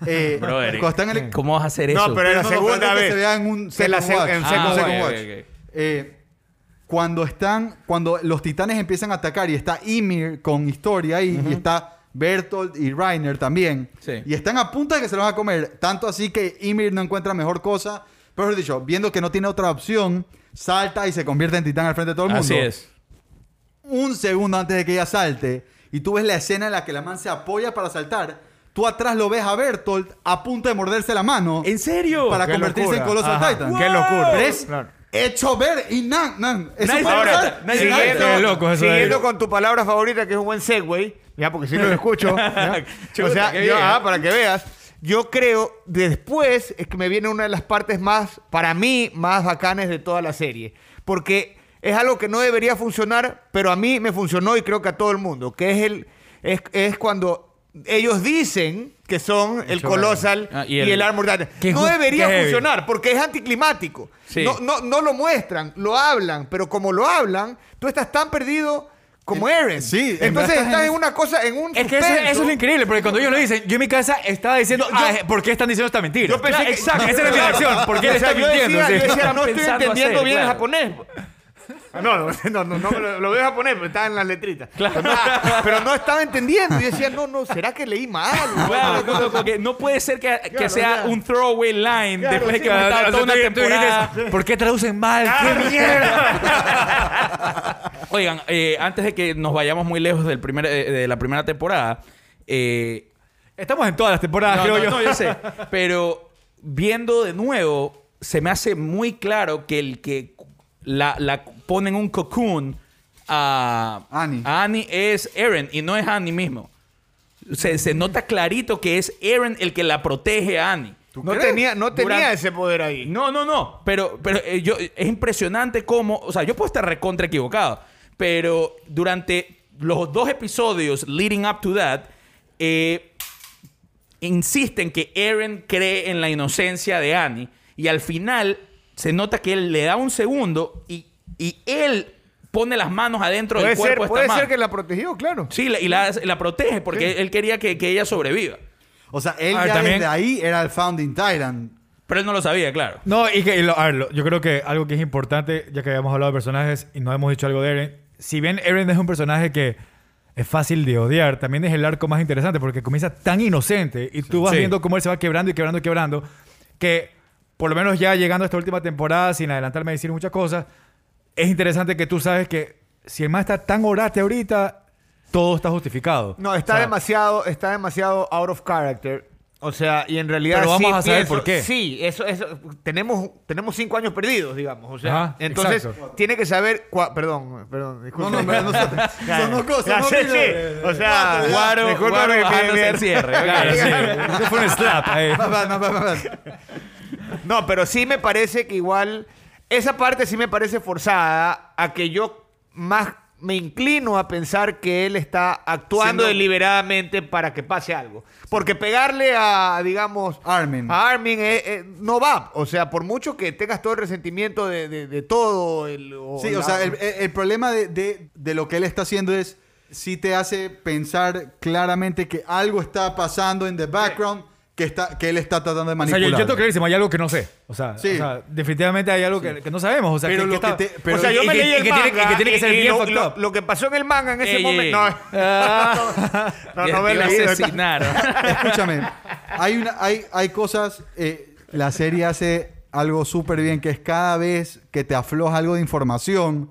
S1: Eh,
S2: Brother,
S1: cuando están en el-
S2: ¿cómo vas a hacer eso?
S4: No, pero es la
S1: no, no,
S4: segunda
S1: espérate que
S4: vez.
S1: se vean un
S4: Se la
S1: second
S4: se-
S1: watch.
S4: en
S1: Un
S2: second
S1: second
S2: watch.
S1: watch.
S2: Ok, ok, ok.
S1: Eh, cuando están, cuando los titanes empiezan a atacar y está Ymir con historia ahí y está Bertolt y Reiner también.
S2: Sí.
S1: Y están a punto de que se los va a comer. Tanto así que Ymir no encuentra mejor cosa. Pero dicho, viendo que no tiene otra opción, salta y se convierte en titán al frente de todo el mundo
S2: Así es.
S1: un segundo antes de que ella salte y tú ves la escena en la que la man se apoya para saltar, tú atrás lo ves a Bertolt a punto de morderse la mano
S2: ¿En serio?
S1: para
S4: Qué
S1: convertirse
S4: locura.
S1: en Colossal
S4: Ajá.
S1: Titan.
S4: Qué locura.
S1: Pero es
S4: Claro.
S1: hecho ver y nan, nan. Eso puede
S4: Ahora,
S1: pasar.
S2: nadie-
S1: Exacto.
S2: nadie-
S4: siguiendo,
S3: Qué loco eso
S4: siguiendo
S3: de-
S4: con tu palabra favorita, que es un buen segue, ya porque si lo escucho. ¿ya?
S2: Chuta,
S4: o sea,
S2: qué
S4: yo-
S2: bien.
S4: ah, para que veas, yo creo, después es que me viene una de las partes más, para mí, más bacanes de toda la serie. Porque es algo que no debería funcionar, pero a mí me funcionó y creo que a todo el mundo, que es, el, es, es cuando... Ellos dicen que son el Colossal
S2: Ah, y
S4: y el,
S2: el-
S4: Armored Titan.
S3: Qué
S4: No
S3: ju-
S4: debería
S3: qué heavy.
S4: funcionar hablar, porque es anticlimático.
S2: Sí.
S4: No, no, no lo muestran, lo hablan, pero como lo hablan, tú estás tan perdido como Eren.
S1: sí, en verdad
S4: Entonces
S1: estás
S4: estás
S1: en-
S4: en una cosa, en un
S3: Es que eso,
S4: suspenso.
S3: eso es lo increíble, porque cuando ellos lo dicen, yo en mi casa estaba diciendo,
S4: Yo-
S3: "Ah,
S4: yo-
S3: ¿por qué están diciendo esta mentira?
S4: Yo pensé
S3: Claro,
S4: que-
S3: exacto, esa era mi
S4: Claro.
S3: reacción, ¿por qué le
S4: O sea,
S3: está
S4: yo
S3: mintiendo?
S4: decía-
S3: Sí.
S4: Yo decía, no estoy
S2: Pensando
S4: entendiendo
S2: hacer,
S4: bien el
S2: claro.
S4: japonés. Ah, No, no, no, no, no, lo, lo veo en japonés, pero estaba en las letritas. Ah, Pero no estaba entendiendo. Y decía, no, no, ¿será que leí mal?
S2: Claro, no, no, porque no puede ser que, que
S4: Claro,
S2: sea
S4: ya.
S2: un throwaway line
S4: Claro,
S2: después de
S4: sí,
S2: que hemos estado toda una
S3: Tú- tú dijiste,
S2: temporada. ¡Ah,
S3: ¿Por qué traducen mal? ¿Qué mierda?
S2: Oigan, eh, antes de que nos vayamos muy lejos del primer, eh, de la primera temporada, eh,
S3: Estamos en todas las temporadas,
S2: no,
S3: creo
S2: no,
S3: yo.
S2: no, yo sé. Pero viendo de nuevo, se me hace muy claro que el que la, la ponen un cocoon a
S1: Annie.
S2: a Annie es Eren y no es Annie mismo. Se, se nota clarito que es Eren el que la protege a Annie.
S4: No
S1: crees?
S4: tenía, no tenía
S2: Durante-
S4: ese poder ahí.
S2: No, no, no. Pero, pero eh, yo, es impresionante cómo. O sea, yo puedo estar recontra equivocado. Pero durante los dos episodios leading up to that, eh, insisten que Eren cree en la inocencia de Annie. Y al final se nota que él le da un segundo y, y él pone las manos adentro
S4: Puede
S2: del cuerpo
S4: ser,
S2: de esta
S4: puede
S2: man.
S4: ser que la protegió, claro.
S2: Sí, la- y la, la protege porque él quería que, que ella sobreviva.
S1: O sea, él
S3: A ver,
S1: ya
S3: también-
S1: desde ahí era el founding Tyrant.
S2: Pero él no lo sabía, claro.
S3: No, y que y lo- a ver, lo- yo creo que algo que es importante, ya que habíamos hablado de personajes y no hemos dicho algo de Eren, si bien Eren es un personaje que es fácil de odiar, también es el arco más interesante porque comienza tan inocente y tú vas
S2: Sí.
S3: viendo cómo él se va quebrando y quebrando y quebrando, que por lo menos ya llegando a esta última temporada, sin adelantarme a decir muchas cosas, es interesante que tú sabes que si el más está tan orate ahorita, todo está justificado.
S4: No, está
S3: O sea,
S4: demasiado, está demasiado out of character. O sea, y en realidad.
S3: Pero vamos
S4: sí
S3: a saber
S4: pienso-
S3: por qué.
S4: Sí, eso, eso tenemos, tenemos cinco años perdidos, digamos. O sea,
S3: Ajá,
S4: entonces
S3: exacto.
S4: tiene que saber. cua- Perdón, perdón, disculpa.
S1: No, no, en verdad, no son- son dos cosas,
S4: Ya
S1: no
S4: sé,
S1: miro.
S4: sí. O sea,
S2: Guaro,
S4: disculpa
S2: Guaro
S4: que- que-
S2: bajándose
S4: que-
S2: el cierre. ok.
S3: Claro, sí. Eso fue un slap ahí.
S1: Va, va, va, va, va.
S4: No, pero sí me parece que igual. Esa parte sí me parece forzada a que yo más me inclino a pensar que él está actuando
S1: Siendo-
S4: deliberadamente para que pase algo. Porque pegarle a, digamos,
S1: Armin.
S4: a Armin eh, eh, no va. O sea, por mucho que tengas todo el resentimiento de, de- de todo. el-
S1: Sí, o
S4: la-
S1: sea, el, el- el problema de, de- de lo que él está haciendo es si te hace pensar claramente que algo está pasando en the background que, está, que él está tratando de
S3: O sea,
S1: manipular.
S3: yo, yo tengo clarísimo, hay algo que no sé. O sea,
S1: Sí.
S3: o sea, definitivamente hay algo que, que no sabemos. O sea,
S1: Pero
S3: que,
S1: lo
S3: está-
S1: que te- pero-
S4: O sea, yo
S3: y
S4: me
S3: que-
S4: leí
S3: y
S4: el
S3: que tiene-
S4: manga
S3: y que tiene que ser
S4: y- y
S3: bien
S4: lo-
S3: fucked
S4: lo,
S3: up.
S4: lo que pasó en el manga en ese
S2: Ey,
S4: momento.
S2: ey.
S4: No, no, no, no me
S2: Te iba a
S4: leí, está-
S2: asesinar.
S1: Escúchame, hay, una, hay, hay cosas. eh, la serie hace algo súper bien, que es cada vez que te afloja algo de información,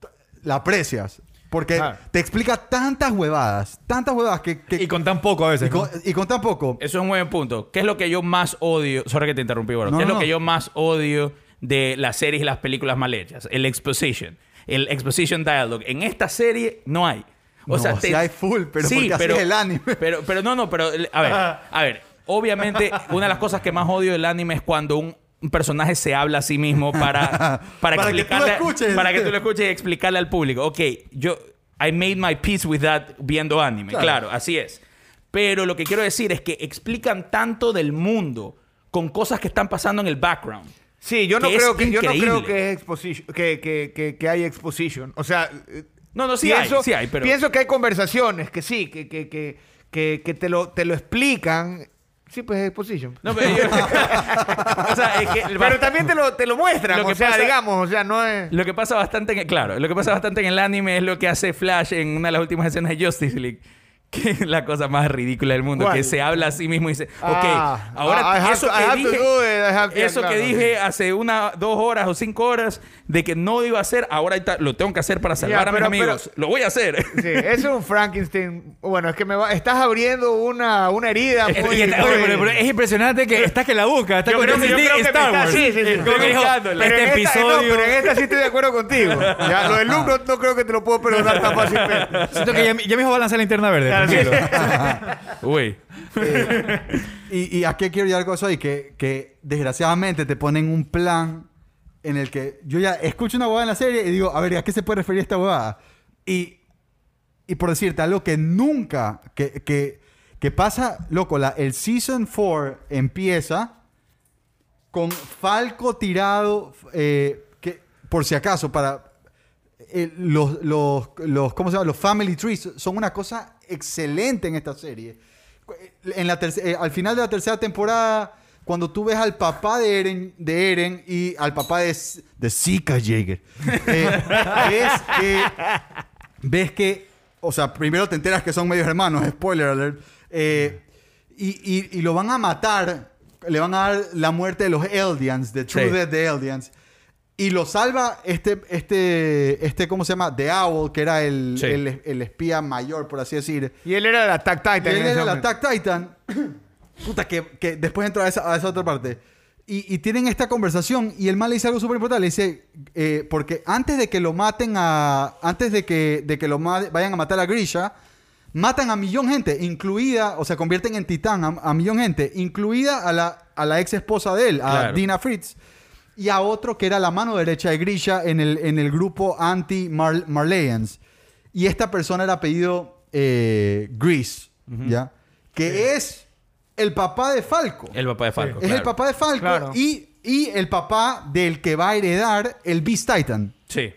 S1: t- la aprecias. Porque
S4: Claro.
S1: te explica tantas huevadas, tantas huevadas que. que-
S3: y con tan poco a veces.
S1: y con-
S3: ¿no?
S1: y con tan poco.
S2: Eso es un buen punto. ¿Qué es lo que yo más odio? Sorry que te interrumpí, Eduardo.
S1: No,
S2: ¿Qué es
S1: no,
S2: lo
S1: no.
S2: que yo más odio de las series y las películas mal hechas? El exposition. El exposition dialogue. En esta serie no hay. O
S1: No,
S2: sea,
S1: sí hay full, pero porque así es el anime.
S2: Pero, pero no, no, pero el- a ver, a ver. Obviamente, una de las cosas que más odio del anime es cuando un un personaje se habla a sí mismo para, para,
S1: Para que tú lo
S2: explicarle-
S1: escuches.
S2: para que tú lo escuches y explicarle al público. Ok, yo I made my peace with that viendo anime. claro así es. Pero lo que quiero decir es que explican tanto del mundo con cosas que están pasando en el background.
S4: Sí, yo no,
S2: que es
S4: creo que, yo no creo
S2: increíble.
S4: que, es exposition, que, que, que, que hay exposition. O sea, eh,
S2: No, no, sí hay, sí hay, pero...
S4: pienso que hay conversaciones que sí, que, que, que, que, que te, lo, te lo explican. Sí, pues es exposition.
S2: No, pero yo- o sea, es que el
S4: pero también te lo, te lo muestran,
S2: Lo que
S4: o sea,
S2: pasa-
S4: digamos, o sea, no es...
S2: Lo que pasa bastante en el, claro, lo que pasa bastante en el anime es lo que hace Flash en una de las últimas escenas de Justice League, que es la cosa más ridícula del mundo,
S4: ¿Cuál?
S2: que se habla a sí mismo y dice, ok,
S4: Ah, I
S2: ahora
S4: have
S2: eso
S4: to- I
S2: que
S4: have to
S2: dije,
S4: do it, I have to-
S2: eso que
S4: claro.
S2: dije hace una, dos horas o cinco horas de que no iba a hacer, ahora está- lo tengo que hacer para salvar
S4: pero-
S2: a mis amigos. lo voy a hacer.
S4: Sí, eso es un Frankenstein. Bueno, es que me va- estás abriendo una, una herida.
S3: Y-
S4: muy-
S3: y- oye,
S4: muy-
S3: pero- pero es impresionante que estás que la busca. Estás
S2: Yo
S3: con
S2: creo que-
S3: Disney
S2: yo creo que me
S3: Star
S2: está-
S3: Wars.
S2: sí,
S4: sí, sí, sí.
S3: Como que dijo,
S2: Buscándole.
S4: Pero
S3: este
S4: en esta- eh, no,
S3: episodio...
S4: pero en esta sí estoy de acuerdo contigo. Ya, lo del lucro no creo que te lo puedo perdonar tan fácilmente.
S3: Siento que ya, ya mismo va a lanzar la interna verde.
S4: Claro, sí.
S3: tranquilo.
S2: Uy.
S1: Eh, Y, y a qué quiero llegar con eso ahí, que, que desgraciadamente te ponen un plan en el que yo ya escucho una huevada en la serie y digo, a ver, ¿a qué se puede referir esta huevada? Y, y por decirte algo que nunca, que, que, que pasa, loco, la, el Season 4 empieza con Falco tirado, eh, que, por si acaso, para eh, los, los, los, ¿cómo se llama? Los family trees son una cosa excelente en esta serie. En la terce- eh, al final de la tercera temporada, cuando tú ves al papá de Eren, de Eren y al papá de, S- de Sika Jaeger, eh, ves que, ves que, o sea, primero te enteras que son medios hermanos, spoiler alert, eh, y, y- y lo van a matar, le van a dar la muerte de los Eldians, de True
S2: Sí.
S1: Death de Eldians. Y lo salva este, este, este, ¿cómo se llama? The Owl, que era el,
S2: Sí.
S1: el- el espía mayor, por así decir.
S4: Y él era el Attack Titan.
S1: Y él
S4: en ese
S1: era el
S4: momento.
S1: Attack Titan. Puta, que, que después entra a esa, a esa otra parte. Y, y tienen esta conversación y el mal le dice algo súper importante. Le dice, eh, porque antes de que lo maten a... Antes de que, de que lo ma- vayan a matar a Grisha, matan a millón gente, incluida, o sea, convierten en titán a, a millón gente, incluida a la, a la ex esposa de él, a
S2: Claro.
S1: Dina Fritz. Y a otro que era la mano derecha de Grisha en el, en el grupo anti-Marleyans. Y esta persona era apellido eh, Grease, ¿ya? Que es el papá de Falco.
S2: El papá de Falco.
S1: es el
S2: claro.
S1: papá de Falco
S4: Claro.
S1: y, y el papá del que va a heredar el Beast Titan.
S2: Sí.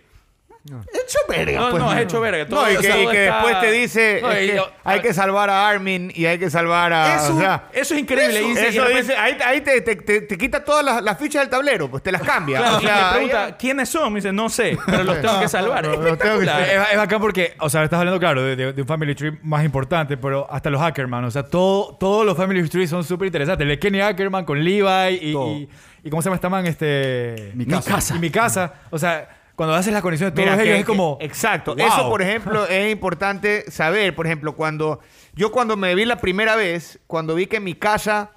S1: Hecho verga,
S2: No,
S1: pues,
S2: no,
S1: mano.
S2: es hecho verga.
S4: No, y
S2: todo-
S4: que,
S2: todo
S4: y que
S2: está-
S4: después te dice
S2: No,
S4: es
S2: y
S4: que
S2: yo-
S4: hay que salvar a Armin y hay que salvar a...
S1: Es
S4: o
S1: un-
S4: sea,
S2: Eso es increíble. y dice- y de
S4: eso
S2: repente-
S4: dice, ahí, ahí te, te- te- te quita todas las, las fichas del tablero, pues te las cambia.
S2: Claro,
S4: O sea,
S2: y me pregunta,
S4: ahí-
S2: ¿quiénes son? Me dice, no sé, pero los tengo que salvar.
S4: No, los tengo que
S2: Espectacular.
S4: salvar.
S3: Es, es bacán porque, o sea, estás hablando, claro, de, de- de un family tree más importante, pero hasta los Ackerman, o sea, todo, todos los family trees son súper interesantes. El de Kenny Ackerman con Levi y,
S1: Todo.
S3: y, y ¿cómo se llama esta man? Este,
S1: Mi casa.
S3: Y mi casa. O sea, cuando haces las conexiones de
S4: Mira,
S3: todos
S4: que-
S3: ellos es
S4: que-
S3: como...
S4: Exacto.
S3: wow.
S4: Eso, por ejemplo, es importante saber. Por ejemplo, cuando... Yo cuando me vi la primera vez, cuando vi que mi casa...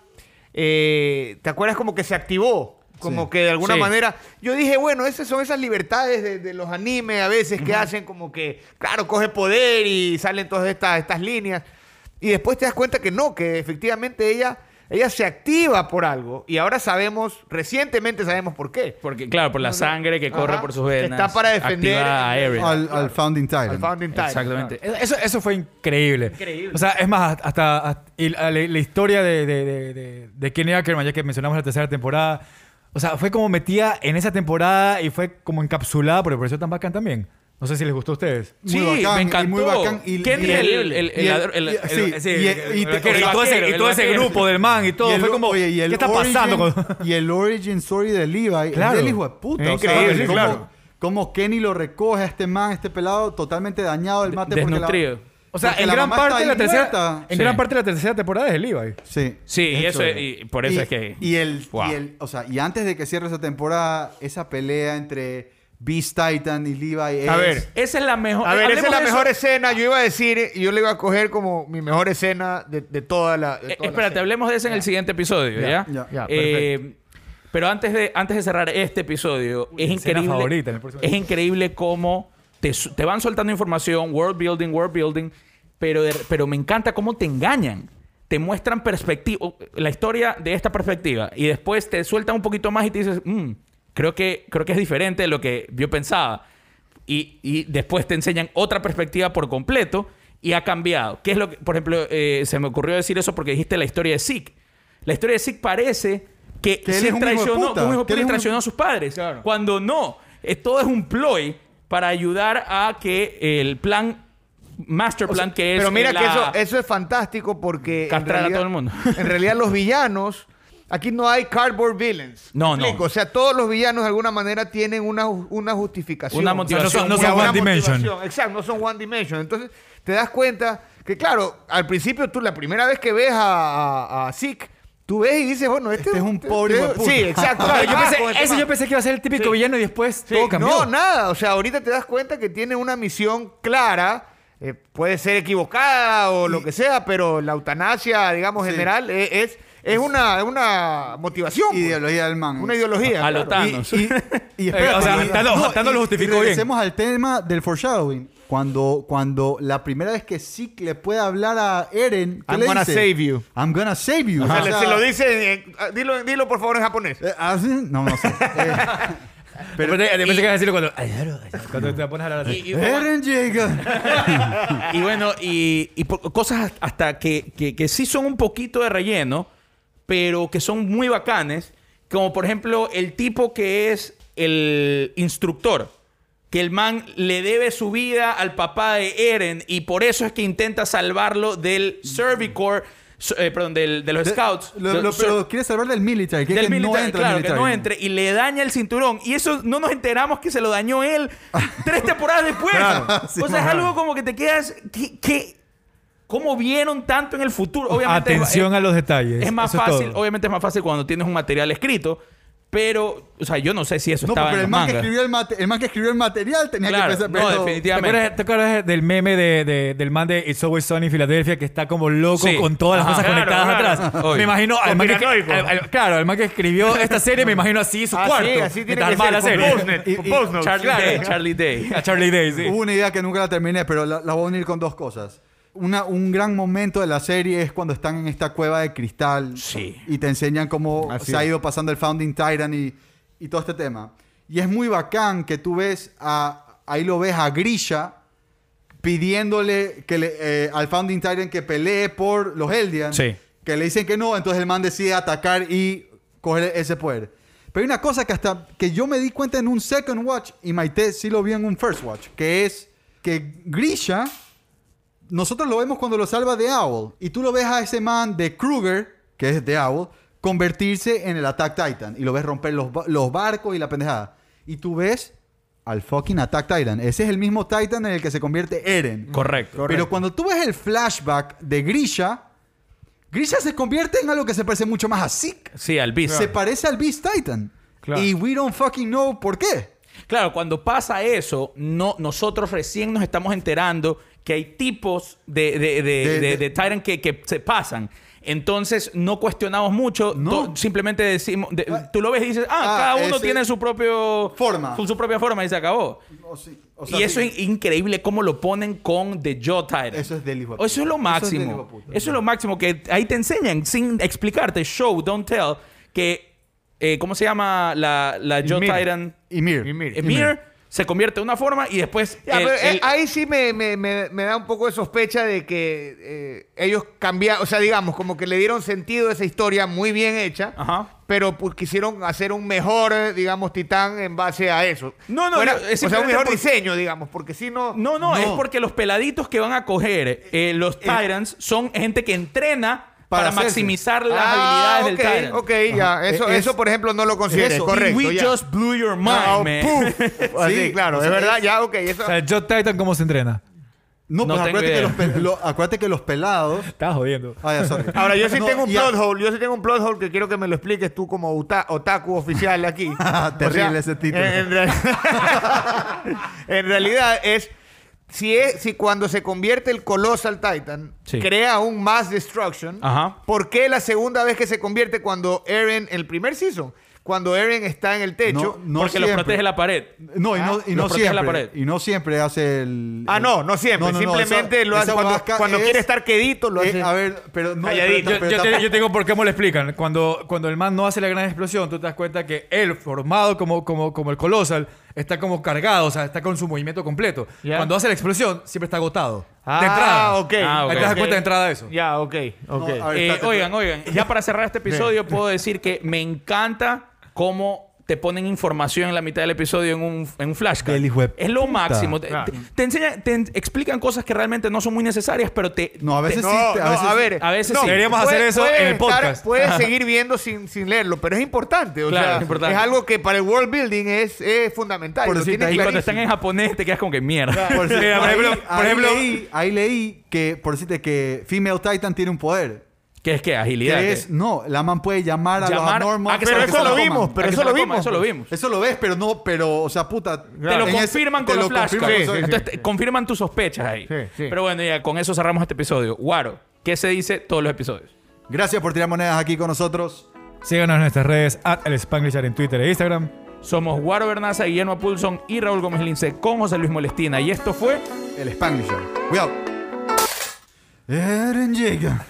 S4: eh, ¿Te acuerdas como que se activó? Como
S1: Sí.
S4: que de alguna
S2: Sí.
S4: manera... Yo dije, bueno, esas son esas libertades de, de los animes a veces que hacen como que... Claro, coge poder y salen todas estas, estas líneas. Y después te das cuenta que no, que efectivamente ella... Ella se activa por algo y ahora sabemos, recientemente sabemos por qué.
S2: Porque, claro, por la sangre que corre
S4: Ajá.
S2: por sus venas.
S4: Está para defender-
S2: activa a Eren.
S1: Al, al Founding Titan.
S4: Al Founding Titan.
S2: Exactamente.
S3: Eso, eso fue increíble. O sea, es más, hasta, hasta- y la, la- la historia de, de, de- de- de Kenny Ackerman, ya que mencionamos la tercera temporada, o sea, fue como metida en esa temporada y fue como encapsulada, pero por eso tan bacán también. No sé si les gustó a universo
S1: Muy
S2: Sí,
S1: bacán,
S2: me
S1: y
S2: encantó.
S1: muy bacán, y-
S2: Kenny,
S1: y
S2: el,
S1: el-
S2: el, el,
S1: y el-
S2: ladr- el-
S1: y-
S2: el-
S1: sí,
S3: Sí,
S1: y-
S3: el-
S1: y-
S3: el
S1: te-
S3: vaquero, y todo ese,
S2: el
S3: y todo ese
S2: vaquero.
S3: grupo del man y todo.
S1: Y el-
S3: fue como,
S1: oye, y el
S3: ¿qué está
S1: origin-
S3: pasando? con-
S1: Y el origin story de Levi
S3: Claro.
S1: es del hijo de puta.
S4: Es
S1: o sea,
S4: increíble,
S1: cómo-
S4: claro.
S1: Cómo Kenny lo recoge a este man, este pelado, totalmente dañado el mate. porque la-
S2: Desnutrido.
S3: o sea,
S1: porque
S3: en
S1: la
S3: gran
S1: mamá está
S3: parte de la
S1: ahí
S3: tercera,
S1: muerta.
S3: en
S2: Sí.
S3: gran parte de la tercera temporada es el Levi. Ah,
S1: Sí.
S2: Sí, y
S1: De
S2: eso
S1: hecho,
S2: es- y por eso es que-
S1: Y el,
S2: Wow.
S1: y el- o sea, y antes de que cierre esa temporada, esa pelea entre Beast Titan y Levi
S4: A
S1: es-
S4: ver,
S2: Esa es la mejor.
S4: A ver, esa es la
S2: hablemos de eso.
S4: mejor escena. Yo iba a decir, yo le iba a coger como mi mejor escena de, de toda la. de
S2: Eh,
S4: toda la
S2: espérate,
S4: serie.
S2: hablemos de eso en el siguiente episodio,
S1: Ya,
S2: ¿ya?
S1: ya,
S4: ya,
S2: Eh, pero antes de, antes de cerrar este episodio, es
S3: mi escena
S2: increíble.
S3: favorita en el próximo
S2: es increíble cómo te, su- te van soltando información, world building, world building, pero, de- pero me encanta cómo te engañan. Te muestran perspectiva, la historia de esta perspectiva. Y después te sueltan un poquito más y te dices, "Mm, creo, que, creo que es diferente de lo que yo pensaba. Y, y después te enseñan otra perspectiva por completo y ha cambiado. ¿Qué es lo que, por ejemplo, eh, se me ocurrió decir eso porque dijiste la historia de Zeke. La historia de Zeke parece que,
S1: Que él
S2: sí
S1: es un hijo de
S2: traicionó,
S1: puta,
S2: que un hijo de
S1: que
S2: puta
S1: él es un-
S2: traicionó a sus padres. Cuando no, eh, todo es un ploy para ayudar a que el plan, master plan que es.
S4: Pero mira
S2: la-
S4: que eso, eso es fantástico porque. en
S2: Castrar a todo el mundo.
S4: en realidad, los villanos. Aquí no hay cardboard villains.
S2: No,
S4: ¿Me
S2: no.
S4: explico? O sea, todos los villanos de alguna manera tienen una, ju- una justificación.
S2: Una
S4: O sea,
S2: motivación.
S4: no son- no son
S3: Una
S4: one dimension.
S3: motivación.
S4: Exacto, no son one dimension. Entonces, te das cuenta Que claro, al principio tú, la primera vez que ves a, a, a Zeke, tú ves y dices, bueno, este,
S1: Este es un pobre
S4: este-
S1: hueputa.
S4: Sí, exacto.
S3: Claro, yo
S4: Ah,
S3: pensé-
S4: con el
S3: ese
S4: tema.
S3: yo pensé que iba a ser el típico
S4: Sí.
S3: villano y después
S4: Sí,
S3: todo cambió.
S4: No, nada. O sea, ahorita te das cuenta que tiene una misión clara. eh, puede ser equivocada o lo que sea, pero la eutanasia, digamos,
S1: Sí.
S4: general e- es, es, una, es una motivación. pues.
S1: Ideología del man.
S4: Una ideología.
S2: A lo
S4: claro.
S2: Thanos.
S1: Y,
S4: Eh,
S1: y espérate,
S3: o sea,
S1: y-
S3: Thanos- Thanos lo justificó bien.
S1: regresemos al tema del foreshadowing. Cuando, cuando la primera vez que Zeke le puede hablar a Eren, ¿qué
S4: I'm
S1: le
S4: gonna
S1: dice?
S4: save you.
S1: I'm gonna save you.
S4: O sea,
S1: O
S4: le-
S1: sea,
S4: se lo dice, en- eh, dilo, dilo por favor en japonés.
S1: eh, así- no, no sé. Eh,
S3: Pero, yo pensé que ibas a decirlo cuando. "Ay, claro, ay, claro", Cuando te pones a hablar así.
S2: Y- y-
S1: Eren llega.
S2: y bueno, y, y po- cosas hasta que, que, que sí son un poquito de relleno, pero que son muy bacanes. Como por ejemplo, el tipo que es el instructor. Que el man le debe su vida al papá de Eren y por eso es que intenta salvarlo del Servicor, so- eh, perdón, del- de los Scouts.
S1: Lo,
S2: de-
S1: lo-
S2: Ser-
S1: pero quiere salvar del military. Que,
S2: del
S1: que
S2: militar,
S1: no entra
S2: claro,
S1: al
S2: que
S1: military.
S2: no entre y le daña el cinturón. Y eso no nos enteramos que se lo dañó él tres temporadas después.
S3: Claro.
S1: Sí,
S2: o sea, es
S1: ajá.
S2: algo como que te quedas. ¿qué, qué- cómo vieron tanto en el futuro? Obviamente. es-
S3: Atención
S2: es,
S3: a los detalles.
S2: es más
S3: Eso
S2: fácil,
S3: todo.
S2: obviamente es más fácil cuando tienes un material escrito. Pero, o sea, yo no sé si eso
S1: No, pues,
S2: estaba
S1: pero
S2: en los
S1: el man, que
S2: mangas.
S1: escribió el, mate- el man que escribió el material tenía
S2: Claro,
S1: que pensar.
S2: no,
S1: pero-
S3: ¿Te
S2: definitivamente.
S3: acuerdas, te acuerdas del meme de, de- del man de It's Always Sunny Filadelfia que está como loco
S2: Sí.
S3: con todas las
S2: Ajá.
S3: cosas
S2: Claro,
S3: conectadas
S2: claro.
S3: atrás?
S2: Obvio.
S3: Me imagino al man, que,
S4: Conspiranoico.
S3: al- al- claro, al man que escribió esta serie, me imagino así su
S4: Así,
S3: cuarto.
S4: Ah, así tiene
S3: mientras
S4: que
S3: armaba
S4: ser,
S3: la
S4: con
S3: serie.
S4: Postnet,
S1: Y-
S4: con
S1: y-
S4: Postnotes.
S2: Charlie
S4: Claro.
S2: Day, Charlie Day.
S3: A Charlie Day, sí.
S1: Hubo una idea que nunca la terminé, pero la, la voy a unir con dos cosas. Una, un gran momento de la serie es cuando están en esta cueva de cristal
S2: Sí.
S1: y te enseñan cómo
S4: Así
S1: se ha
S4: es.
S1: ido pasando el Founding Titan y, y todo este tema. Y es muy bacán que tú ves a, ahí lo ves a Grisha pidiéndole que le- eh, al Founding Titan que pelee por los Eldian.
S2: Sí.
S1: Que le dicen que no, entonces el man decide atacar y coger ese poder. Pero hay una cosa que hasta que yo me di cuenta en un second watch y Maite sí lo vio en un first watch, que es que Grisha, nosotros lo vemos cuando lo salva de Owl y tú lo ves a ese man de Kruger, que es de Owl, convertirse en el Attack Titan y lo ves romper los, ba- los barcos y la pendejada. Y tú ves al fucking Attack Titan. Ese es el mismo Titan en el que se convierte Eren.
S2: Correcto.
S1: Pero cuando tú ves el flashback de Grisha, Grisha se convierte en algo que se parece mucho más a Zeke.
S2: Sí, al bis.
S1: Se parece al Beast Titan.
S3: Claro.
S1: Y we don't fucking know por qué.
S2: Claro, cuando pasa eso, no, nosotros recién nos estamos enterando que hay tipos de, de, de,
S1: De-
S2: de-
S1: de-
S2: de Tyrant que, que se pasan. Entonces, no cuestionamos mucho.
S1: No.
S2: to- simplemente decimos... de-
S1: Ah.
S2: tú lo ves y dices, ah,
S1: Ah,
S2: cada uno
S1: ese-
S2: tiene su propio...
S1: Forma.
S2: Su, su propia forma y se acabó.
S1: O sí- o
S2: y
S1: sea,
S2: eso
S1: sí.
S2: es increíble cómo lo ponen con The Joe Tyrant.
S1: Eso es del hijo de puta.
S2: Eso es lo
S1: Eso es del hijo
S2: máximo.
S1: de
S2: Eso
S1: puta.
S2: es, lo máximo que ahí te enseñan sin explicarte. Show, don't tell. Que... eh, ¿Cómo se llama la, la Joe
S4: Ymir.
S2: Tyrant?
S1: Y Mir.
S4: Ymir. Mire,
S2: Emir se convierte de una forma y después.
S4: Ya,
S2: el-
S4: pero, eh,
S2: el-
S4: ahí sí me, me- me- me da un poco de sospecha de que eh, ellos cambiaron, o sea, digamos, como que le dieron sentido a esa historia muy bien hecha,
S2: Ajá.
S4: pero pues, quisieron hacer un mejor, eh, digamos, titán en base a eso.
S2: No, no,
S4: Fuera-
S2: no, es
S4: o sea, un
S2: simplemente
S4: mejor
S2: por-
S4: diseño, digamos, porque si no...
S2: No, no,
S1: No.
S2: es porque los peladitos que van a coger eh, los Tyrants son gente que entrena para,
S1: Para hacerse.
S2: maximizar las
S4: Ah,
S2: habilidades
S4: ok,
S2: del Tyrant.
S4: ok, ya. Eso,
S1: Es-
S4: eso, por ejemplo, no lo consideré.
S1: eso.
S4: correcto,
S2: We
S4: ya.
S2: just blew your mind,
S4: Ah,
S2: man.
S4: puf. Así,
S1: Sí,
S4: claro,
S1: o
S4: es
S1: sea,
S4: verdad,
S1: es-
S4: ya, ok. Eso,
S3: O sea, Joe Titan, ¿cómo se entrena?
S1: No,
S2: No
S1: pues
S2: tengo
S1: acuérdate que, los
S2: idea.
S1: pe- lo- acuérdate que los pelados.
S3: Estás jodiendo.
S1: Ah, ya, sorry.
S4: Ahora, yo sí
S1: No,
S4: tengo un
S1: y a-
S4: plot hole. Yo sí tengo un plot hole que quiero que me lo expliques tú como uta- otaku oficial aquí.
S1: Terrible ese título.
S4: En, en real- en realidad es... Si, es, si cuando se convierte el Colossal Titan,
S2: Sí.
S4: crea un Mass Destruction,
S2: Ajá.
S4: ¿por qué la segunda vez que se convierte cuando Eren, el primer season, cuando Eren está en el techo?
S1: No
S2: porque los
S1: siempre.
S2: protege la pared.
S1: No, y no, y
S2: Ah,
S1: no
S2: lo protege la
S1: siempre.
S2: pared.
S1: Y no siempre hace el.
S4: ah,
S1: el-
S4: no, no siempre.
S1: No, no, no,
S4: Simplemente
S1: esa-
S4: lo hace
S1: esa
S4: cuando,
S1: huevasca
S4: cuando
S1: es-
S4: quiere estar quedito, lo
S1: Eh,
S4: hace.
S1: a ver, pero no.
S4: Calladito.
S1: pero-
S3: Yo,
S1: pero-
S3: yo
S1: pero-
S3: te, yo tengo por cómo le explican. Cuando, cuando el man no hace la gran explosión, tú te das cuenta que él, formado como, como, como el colosal, está como cargado, o sea, está con su movimiento completo.
S4: Ya.
S3: Cuando hace la explosión, siempre está agotado.
S4: Ah,
S3: de entrada.
S4: ok.
S2: Ah, ok.
S3: Ahí te das
S4: Ok.
S3: cuenta de entrada de eso.
S4: Ya, ok, ok.
S1: No, a ver,
S2: Eh,
S1: espérate,
S2: oigan, oigan, ya para cerrar este episodio puedo decir que me encanta cómo te ponen información en la mitad del episodio en un, en un flashcard.
S1: Del hijo de
S2: es lo
S1: puta.
S2: máximo. Te,
S4: Claro.
S2: te- te enseñan- te en- explican cosas que realmente no son muy necesarias, pero te...
S1: No, a
S2: te-
S1: veces
S4: No,
S1: sí. te-
S4: no,
S1: A veces,
S4: a ver.
S2: a veces
S4: no,
S2: sí.
S3: Deberíamos hacer eso en el
S4: estar-
S3: podcast.
S4: puedes seguir viendo sin, sin leerlo, pero es importante. O
S2: Claro,
S4: sea,
S2: es importante.
S4: es algo que para el world building es, es fundamental.
S1: Por
S4: lo
S1: decirte,
S4: tienes
S1: ahí
S2: y cuando están
S4: clarísimo.
S2: en japonés te quedas como que mierda.
S1: Por, decir-
S3: Mira, por
S1: ahí-
S3: ejemplo- por
S1: ahí
S3: ejemplo-
S1: leí, ahí leí que, por decirte, que Female Titan tiene un poder.
S2: ¿Qué es que Agilidad.
S1: Que
S2: ¿qué?
S1: es, no, la man puede llamar a
S2: Llamar
S1: los abnormals
S2: a que
S4: Ah,
S2: se la
S1: para
S4: Pero
S1: que
S4: eso
S1: se
S4: lo
S1: la
S2: coman.
S4: vimos,
S1: coman.
S4: pero
S2: A que
S4: eso
S2: se la
S4: lo
S2: coman,
S4: vimos.
S2: Eso lo vimos.
S1: Eso lo ves, pero no, pero, o sea, puta.
S2: Te lo
S1: en ese-
S2: confirman
S1: te
S2: con
S1: lo
S2: los flashcards.
S1: confirman con
S4: Sí,
S1: eso.
S4: sí,
S2: Entonces, te- confirman tus sospechas ahí.
S4: Sí, sí.
S2: Pero bueno, ya con eso cerramos este episodio. Guaro, ¿qué se dice todos los episodios?
S1: Gracias por tirar monedas aquí con nosotros.
S3: Síganos en nuestras redes, at el Spanglishar en Twitter e Instagram.
S2: Somos Guaro Bernaza, Guillermo Pulson y Raúl Gómez Lince con José Luis Molestina. Y esto fue...
S1: El Spanglisher. Cuidado. Eren llega.